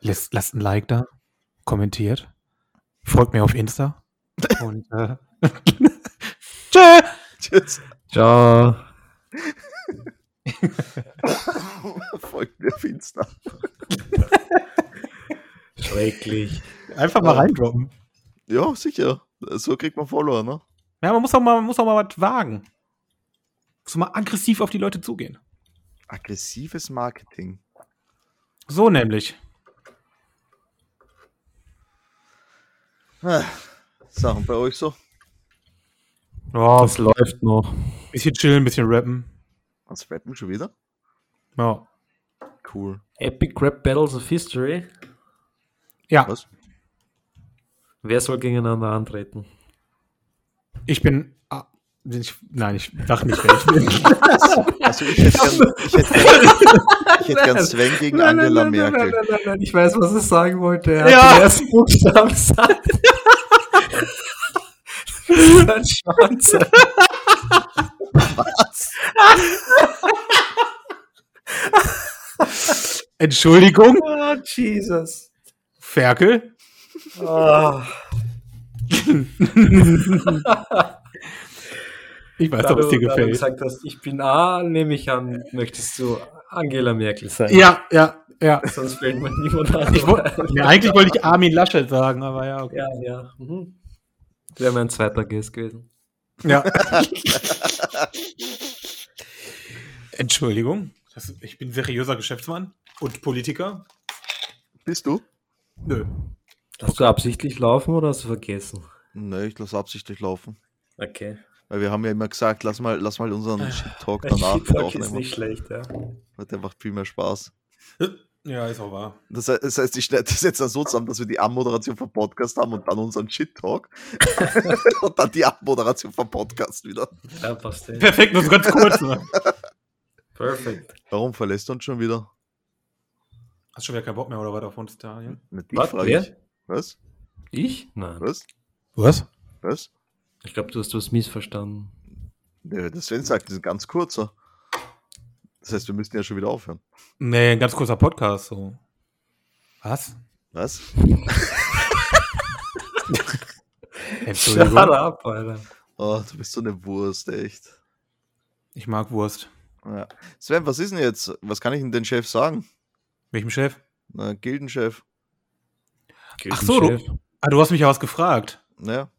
C: lasst, lasst ein Like da, kommentiert, folgt mir auf Insta und äh, tschö!
A: Tschüss.
B: Ciao.
A: Folgt mir auf Insta.
B: Schrecklich.
C: Einfach mal reindroppen.
A: Ja, sicher. So kriegt man Follower, ne?
C: Ja, man muss auch mal, man muss auch mal was wagen. Muss mal aggressiv auf die Leute zugehen.
A: Aggressives Marketing.
C: So nämlich.
A: Ah, Sachen bei euch so?
C: Ja,
B: Das läuft noch.
C: bisschen chillen, bisschen rappen.
A: Ans Rappen schon wieder?
C: Ja.
A: Cool.
B: Epic Rap Battles of History.
C: ja,
A: Was?
B: Wer soll gegeneinander antreten?
C: ich bin. ah, bin ich, nein, ich dachte nicht, wer ich bin.
A: Also ich hätte gern, ich hätte gern, ich hätte gern Sven gegen Angela Merkel.
B: nein, nein, nein, ich weiß, was ich sagen wollte. Er
C: Ja.
B: hat den ersten Buchstaben gesagt. Das ist ein Schwanz.
C: Entschuldigung,
B: Oh, Jesus.
C: Ferkel.
B: Ah,
C: Ich weiß
B: da
C: doch, was dir
B: du- da du
C: gefällt.
B: gesagt hast, ich bin A, nehme ich an, möchtest du Angela Merkel sein.
C: Ja, ja, ja.
B: Sonst fällt mir niemand an.
C: Ich wollte, ja, eigentlich wollte ich Armin Laschet sagen, aber ja. Okay.
B: Ja, ja. Mhm. Wäre mein zweiter Guess gewesen.
C: ja. Entschuldigung, das, ich bin seriöser Geschäftsmann und Politiker.
A: Bist du?
C: Nö.
B: Hast du absichtlich laufen oder hast du vergessen?
A: Nee, ich lasse absichtlich laufen.
B: Okay.
A: Weil wir haben ja immer gesagt, lass mal, lass mal unseren Shit-Talk danach
B: Ah, Shit Talk ist
A: aufnehmen.
B: nicht schlecht, ja.
A: Weil der macht viel mehr Spaß.
C: Ja, ist auch wahr.
A: Das heißt, das heißt ich schneide das jetzt dann so zusammen, dass wir die Anmoderation vom Podcast haben und dann unseren Shit-Talk. und dann die Abmoderation vom Podcast wieder.
B: Ja, passt eh.
C: Perfekt, nur so ganz kurz. Ne?
B: Perfekt.
A: Warum verlässt du uns schon wieder?
C: Hast schon wieder keinen Bock mehr oder was auf uns, Daniel?
A: Na, die
B: Was?
A: frage
B: Wer?
A: ich. Was?
B: Ich? Nein.
A: Was?
C: Was?
A: Was?
B: Ich glaube, du hast was missverstanden.
A: Nee, der Sven sagt, das ist ein ganz kurzer. Das heißt, wir müssten ja schon wieder aufhören.
C: Nee, ein ganz kurzer Podcast. So. Was?
A: Was?
C: Entschuldigung.
B: Shut up, Alter.
A: Oh, du bist so eine Wurst, echt.
C: Ich mag Wurst.
A: Ja. Sven, was ist denn jetzt? Was kann ich denn den Chef sagen?
C: Welchem Chef?
A: Na, Gildenchef.
C: Ach so, du- Ah, du hast mich ja was gefragt.
A: Naja,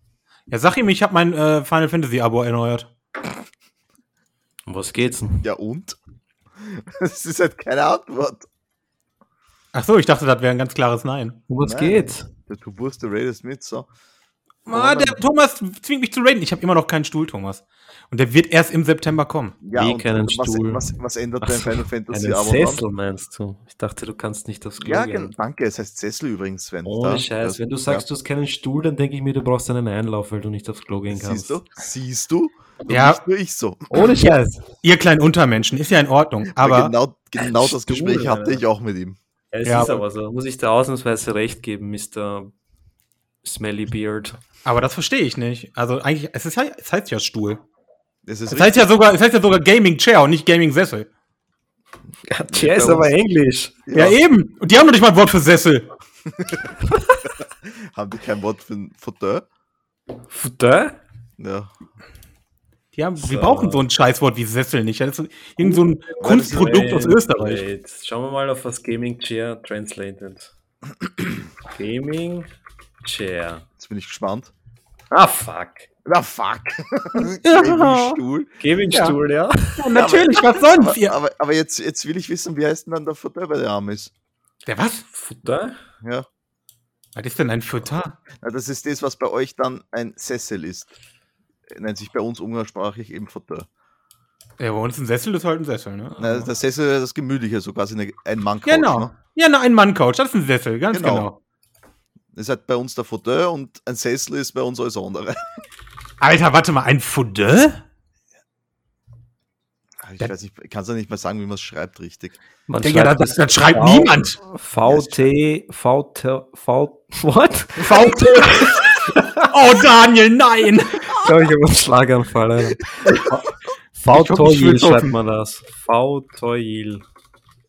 C: Ja, sag ihm, ich habe mein äh, Final Fantasy Abo erneuert.
B: Um was geht's denn?
A: ja und? Das ist halt keine Antwort.
C: Ach so, ich dachte, das wäre ein ganz klares Nein.
B: Um was
A: Nein.
B: geht's?
A: Du Wurst, du redest mit, so.
C: Ah, der Thomas zwingt mich zu raiden. Ich habe immer noch keinen Stuhl, Thomas. Und der wird erst im September kommen.
A: Ja,
B: Wie
A: und
B: keinen
A: was,
B: Stuhl.
A: Was, was ändert
B: Ach
A: dein
B: so,
A: Final Fantasy
B: Einen
A: Abo?
B: Sessel meinst du? Ich dachte, du kannst nicht das Klo
A: Ja,
B: gehen.
A: genau. danke. Es heißt Sessel übrigens, Sven.
B: Ohne Scheiß. Wenn du sagst, du hast keinen Stuhl, dann denke ich mir, du brauchst einen Einlauf, weil du nicht aufs Klo gehen
A: ja.
B: kannst.
A: siehst du, siehst du, Und
C: Ja.
A: nicht nur ich so.
B: Ohne Scheiß.
C: Ihr kleinen Untermenschen, ist ja in Ordnung.
A: Weil
C: Aber
A: genau, genau das
B: Stuhl,
A: Gespräch hatte
B: Alter.
A: ich auch mit ihm.
B: Es
C: Ja,
B: ist
C: aber-
B: aber so. Muss ich dir ausnahmsweise recht geben, Mr. Smelly Beard.
C: Aber das verstehe ich nicht. Also eigentlich, es, ist, ja- es heißt ja Stuhl.
A: Das ist
C: Es heißt ja sogar, es heißt ja sogar Gaming Chair und nicht Gaming Sessel.
B: Ja,
A: der ist aber
B: Englisch.
A: richtig.
C: Ja, eh. eben. Und die haben doch nicht mal ein Wort für Sessel.
A: Haben die kein Wort für ein Futter?
B: Da?
A: Ja.
C: Die haben, wir
B: So.
C: brauchen so ein Scheißwort wie Sessel nicht. Das ist irgend so ein Kunstprodukt aus Österreich.
B: Translate. Schauen wir mal auf was Gaming Chair translated. Gaming Chair.
A: Jetzt bin ich gespannt.
B: Ah, fuck.
A: Na fuck. Gaming Stuhl.
B: Gaming
C: Ja.
B: Stuhl, ja.
C: Ja, natürlich, was sonst?
A: Aber,
C: Ja.
A: aber, aber jetzt, jetzt will ich wissen, wie heißt denn dann der Futter bei der Amis?
C: Der was?
B: Futter?
A: Ja.
C: Was ist denn ein Futter?
A: Na, das ist das, was bei euch dann ein Sessel ist. Nennt sich bei uns umgangssprachlich eben Futter.
C: Ja, bei uns ein Sessel ist halt ein Sessel, ne?
A: Na, der Sessel ist das Gemütliche, so quasi eine, ein Mann.
C: genau.
A: Ne?
C: Ja, na, ein Mann-Couch, das ist ein Sessel, ganz
A: Genau.
C: genau.
A: Das ist halt bei uns der Futter und ein Sessel ist bei uns alles andere.
C: Alter, warte mal, ein Futter?
A: Ich
C: Ja.
A: weiß nicht, kann es ja nicht mal sagen, wie man es schreibt richtig.
B: Man
C: Digga, das, das, das schreibt
B: Wow.
C: niemand.
B: VT, VT, V. What?
C: VT. oh, Daniel, nein!
B: Ich glaube, ich habe einen Schlaganfall. Alter.
C: ich will
B: Vautoil schreibt
C: zocken.
B: man das. Vautoil.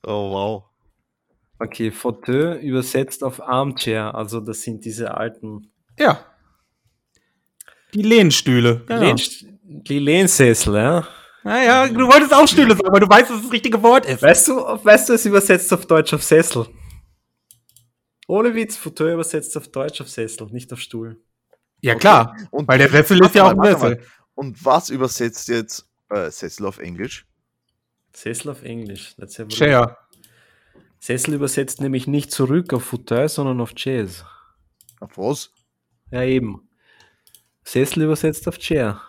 A: Oh wow.
B: Okay, Fauteuil übersetzt auf Armchair. Also das sind diese alten
C: Ja. Die Lehnstühle. genau. Ja.
B: Lehn- die Lehnsessel. Ja?
C: Naja, du wolltest auch Stühle sagen, aber du weißt, dass das richtige Wort ist.
B: Weißt du, weißt du, es übersetzt auf Deutsch auf Sessel. Ohne Witz, Fauteuil übersetzt auf Deutsch auf Sessel, nicht auf Stuhl.
C: Ja, klar.
A: Und,
C: Weil der Sessel ist ja auch ein Sessel.
A: und was übersetzt jetzt äh, Sessel auf Englisch?
B: Sessel auf Englisch. That's a-
C: Chair.
B: Sessel übersetzt nämlich nicht zurück auf Fauteuil, sondern auf Jazz.
A: Auf was?
B: Ja, eben. Sessel übersetzt auf Chair.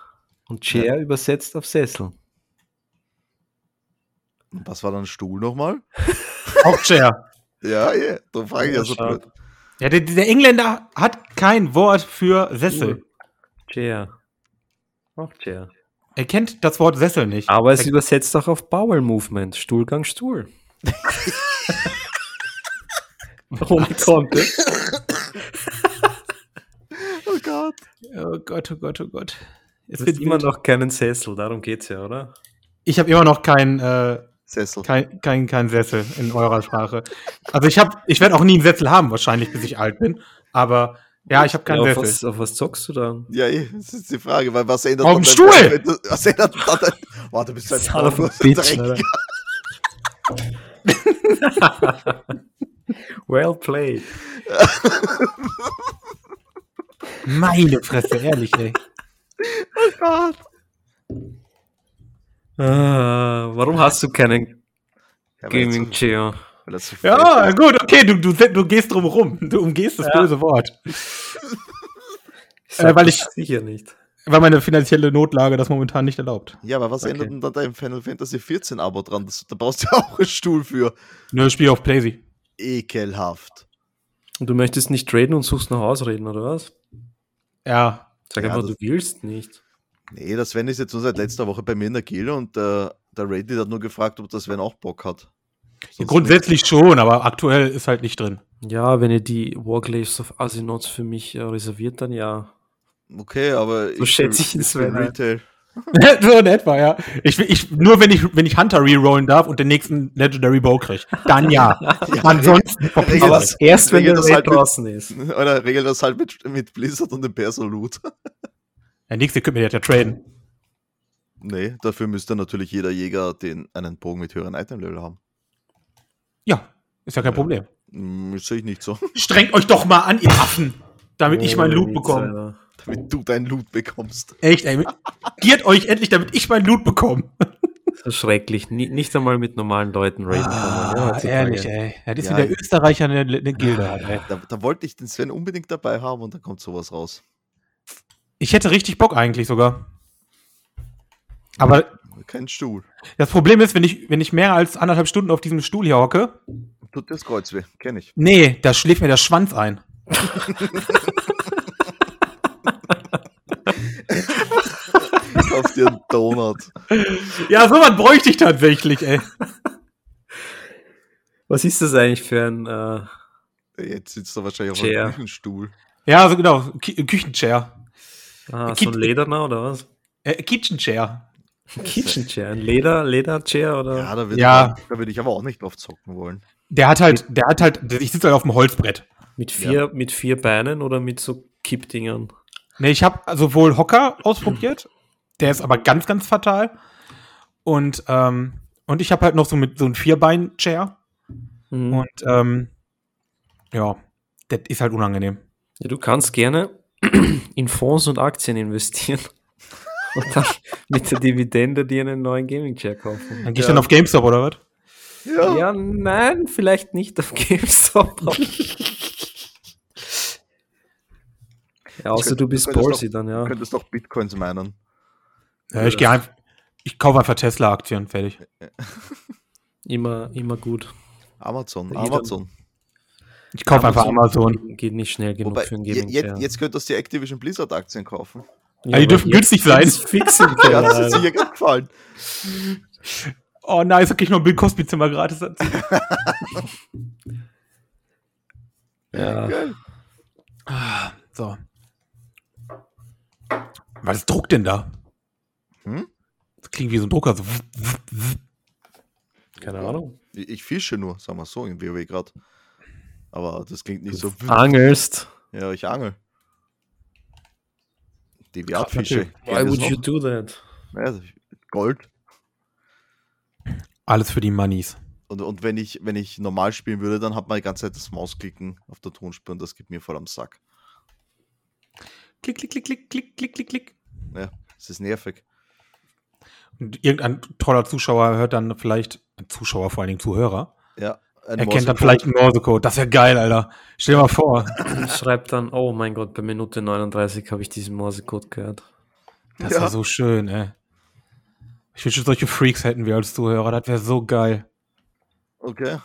B: Und Chair übersetzt auf Sessel.
A: Und Was war dann Stuhl nochmal?
C: Auch Chair.
A: Ja, ja, da
B: Ah,
A: frage ich ja so blöd.
C: Ja, der, der Engländer hat kein Wort für Sessel.
B: Chair. Auch Chair.
C: Er kennt das Wort Sessel nicht.
B: Aber es übersetzt auch auf Bowel Movement. Stuhlgang Stuhl. Warum kommt es?
A: Oh Gott.
C: oh Gott, oh Gott, oh Gott.
B: Es
C: Es wird
B: gibt immer
C: immer noch
B: noch keinen Sessel, darum geht's ja, oder?
C: ich habe immer noch kein, äh,
A: Sessel.
C: kein, kein, kein Sessel in eurer Sprache. Also ich habe, ich werde auch nie einen Sessel haben, wahrscheinlich, bis ich alt bin. Aber ja, ich habe keinen
B: Ja, auf,
C: Sessel.
B: was, auf was zockst du da?
A: Ja, eh, das ist die Frage, weil was ändert
C: Auf
A: man
C: dem
A: dann-
C: Stuhl!
A: wenn du- Was ändert dann dein. Boah, du bist ein
B: Son of a
A: Trottel,
B: bitch,
A: Dreck.
B: Alter. Well played.
C: Meine Fresse, ehrlich, ey.
B: Ah, warum hast du keinen
A: Ja, weil
B: Gaming
A: das-
B: Chair?
A: weil das so
C: Ja, gut, okay, du, du, du gehst drum rum. Du umgehst das böse Wort.
B: sag
C: Äh, weil
B: das
C: ich-
B: sicher nicht.
C: Weil meine finanzielle Notlage das momentan nicht erlaubt.
A: Ja, aber was
B: Okay.
A: ändert denn da dein Final Fantasy 14 Abo dran? Das, da brauchst du ja auch einen Stuhl für.
C: Nö, Spiel auf Playsy.
A: Ekelhaft.
B: Und du möchtest nicht traden und suchst nach Ausreden, oder was?
C: Ja.
B: Sag
A: Ja,
B: einfach, du
A: das-
B: willst nicht.
A: Nee, das Sven ist jetzt nur seit letzter Woche bei mir in der Kehle und äh, der Reddit hat nur gefragt, ob das Sven auch Bock hat. Sonst
C: Grundsätzlich schon, aber aktuell ist halt nicht drin.
B: Ja, wenn ihr die Warglaves of Asinots für mich äh, reserviert, dann ja.
A: nicht. Okay, aber.
B: So schätze ich halt. ihn,
A: will
B: Sven, ein.
A: Retail.
C: so in etwa, ja. Ich, will- ich, nur wenn ich, wenn ich Hunter rerollen darf und den nächsten Legendary Bow krieg. Dann ja. Ansonsten verpiss
A: Aber-
C: dich.
B: erst
A: wenn der Raid
B: halt draußen ist.
A: Oder regelt das halt mit, mit Blizzard und dem Perso Loot.
C: Der nächste könnte mir das ja traden.
A: Nee, dafür müsste natürlich jeder Jäger den, einen Bogen mit höheren Item-Level haben.
C: Ja, ist ja kein Problem.
A: Hm, Sehe ich nicht so.
C: Strengt euch doch mal an, ihr Affen. Damit ich meinen
B: Oh,
C: Loot bekomme.
A: Damit du deinen Loot bekommst.
C: Echt, ey. Giert euch endlich, damit ich meinen Loot bekomme.
B: So schrecklich. Ni- nicht einmal mit normalen Leuten raiden kann man. ja, heutzutage.
C: Ah, ey. Das ist
A: Ja.
C: wie der Österreicher eine, eine Gilde hat, ey.
A: Da, da wollte ich den Sven unbedingt dabei haben und dann kommt sowas raus.
C: Ich hätte richtig Bock eigentlich sogar. Aber
A: Kein Stuhl.
C: das Problem ist, wenn ich, wenn ich mehr als anderthalb Stunden auf diesem Stuhl hier hocke,
A: Tut dir das Kreuz weh, kenne ich.
C: nee, da schläft mir der Schwanz ein.
A: Kauf dir einen Donut.
C: Ja, sowas bräuchte ich tatsächlich, ey.
B: Was ist das eigentlich für ein. Äh,
A: Jetzt sitzt er wahrscheinlich auf
B: Tja.
A: einem Küchenstuhl.
C: Ja, so genau. Ki Küchenchair.
B: ah, so
C: Kit-
B: ein Lederner oder was?
C: Äh, Kitchenchair.
B: Ein Kitchen Chair. Ein Leder, Leder Chair oder.
A: Ja, da würde
C: Ja.
A: da würde ich aber auch nicht drauf zocken wollen.
C: Der hat halt, der hat halt, ich sitze halt auf dem Holzbrett.
B: Mit vier, mit vier Beinen oder mit so Kippdingern?
C: Nee, ich habe sowohl Hocker ausprobiert, der ist aber ganz, ganz fatal. Und, ähm, und ich habe halt noch so mit so einem Vierbein-Chair.
B: Mhm.
C: Und ähm, ja, das ist halt unangenehm.
B: Ja, du kannst gerne in Fonds und Aktien investieren. Und dann mit der Dividende dir einen neuen Gaming Chair kaufen.
C: Dann gehe ich dann auf GameStop oder was?
A: Ja.
B: Ja, nein, vielleicht nicht auf GameStop. ja, außer du bist
A: Ich könnte-
B: Bolsi dann, ja.
A: Du könntest doch Bitcoins meinen.
C: Ja, ich gehe einfach. Ich kaufe einfach Tesla-Aktien, fertig.
B: Immer, immer gut.
A: Amazon,
B: Jeder-
A: Amazon.
C: Ich kaufe einfach Amazon.
B: Geht nicht schnell genug
A: Wobei,
B: für einen
A: je-
B: Gaming
A: jetzt,
B: Chair.
A: jetzt könntest du die Activision Blizzard Aktien kaufen.
C: Ja, die
B: aber
C: dürfen
B: jetzt
C: günstig sein.
B: ist Fix im
A: Ja,
B: Keller,
A: das ist
B: Alter.
A: sicher gerade gefallen.
C: Oh nice, da krieg ich noch ein Bill Cosby Zimmer gratis dazu.
B: ja.
A: Geil.
C: So. Was druckt denn da?
A: Hm?
C: Das klingt wie so ein Drucker. So.
B: Keine Ahnung.
A: Ich, ich fische nur, sagen wir so, in WoW gerade. Aber das klingt nicht so.
B: Ah. Angelst.
A: Ja, ich angel.
C: Krass,
A: Deviatfische.
C: natürlich.
B: Why would you do that?
A: Ja, also Gold.
C: Alles für die Moneys.
A: Und, und wenn, ich, wenn ich normal spielen würde, dann hat man die ganze Zeit das Mausklicken auf der Tonspur und das gibt mir voll am Sack.
C: Klick, klick, klick, klick, klick, klick, klick, klick.
A: Ja, es ist nervig.
C: Und irgendein toller Zuschauer hört dann vielleicht, Zuschauer vor allen Dingen Zuhörer,
A: Ja, Ein
C: Er kennt dann
A: Morsecode.
C: vielleicht einen Morsecode. Das wäre geil, Alter. Stell dir mal vor.
B: Und schreibt dann, oh mein Gott, bei Minute 39 habe ich diesen Morsecode gehört.
C: Das
A: Ja.
C: wäre so schön, ey. Ich wünschte, solche Freaks hätten wir als Zuhörer. Das wäre so geil.
A: Okay.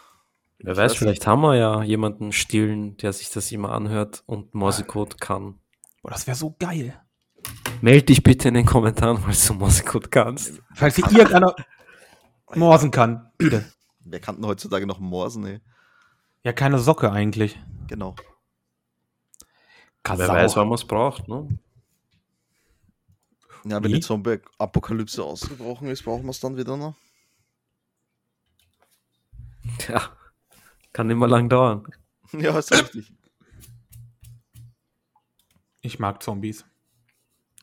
B: Wer weiß,
A: weiß
B: vielleicht haben wir ja jemanden stillen, der sich das immer anhört und Morsecode kann.
C: Boah, das wäre so geil.
B: Meld dich bitte in den Kommentaren, falls du Morsecode kannst.
C: Falls hier irgendeiner morsen kann. Bitte.
A: Wer kannten heutzutage noch Morsen, ey?
C: Ja, keine Socke eigentlich.
A: Genau.
B: Wer weiß, wann man es braucht, ne?
A: Ja, wenn
C: Wie?
A: die Zombie-Apokalypse ausgebrochen ist, brauchen wir es dann wieder noch.
B: Ja. Kann immer lang dauern.
A: Ja, ist richtig.
C: Ich mag Zombies.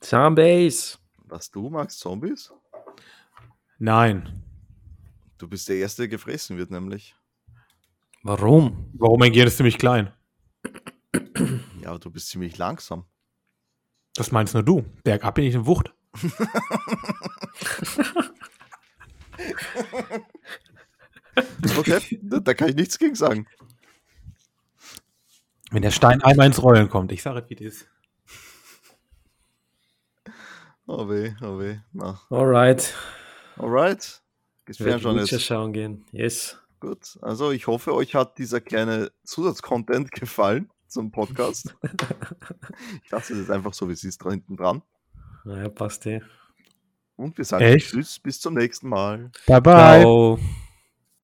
B: Zombies!
A: Was, du magst Zombies?
C: Nein.
A: Du bist der Erste, der gefressen wird, nämlich.
B: Warum?
C: Warum mein Gehirn ist ziemlich klein?
A: Ja, aber du bist ziemlich langsam.
C: Das meinst nur du. Bergab bin ich in Wucht.
A: Okay, da da kann ich nichts gegen sagen.
C: Wenn der Stein einmal ins Rollen kommt. Ich sage, wie das ist.
A: Oh weh, oh weh. Na,
B: Alright.
A: alright. Geht's
B: Wir
A: fern schon
B: werden Witcher
A: jetzt.
B: schauen gehen. Yes.
A: Gut. Also, ich hoffe, euch hat dieser kleine Zusatzcontent gefallen zum Podcast. ich lasse es jetzt einfach so, wie es ist, da hinten dran.
B: Naja, passt eh.
A: Und wir sagen
C: Echt?
A: Tschüss, bis zum nächsten Mal.
C: Bye, bye.
B: Ciao.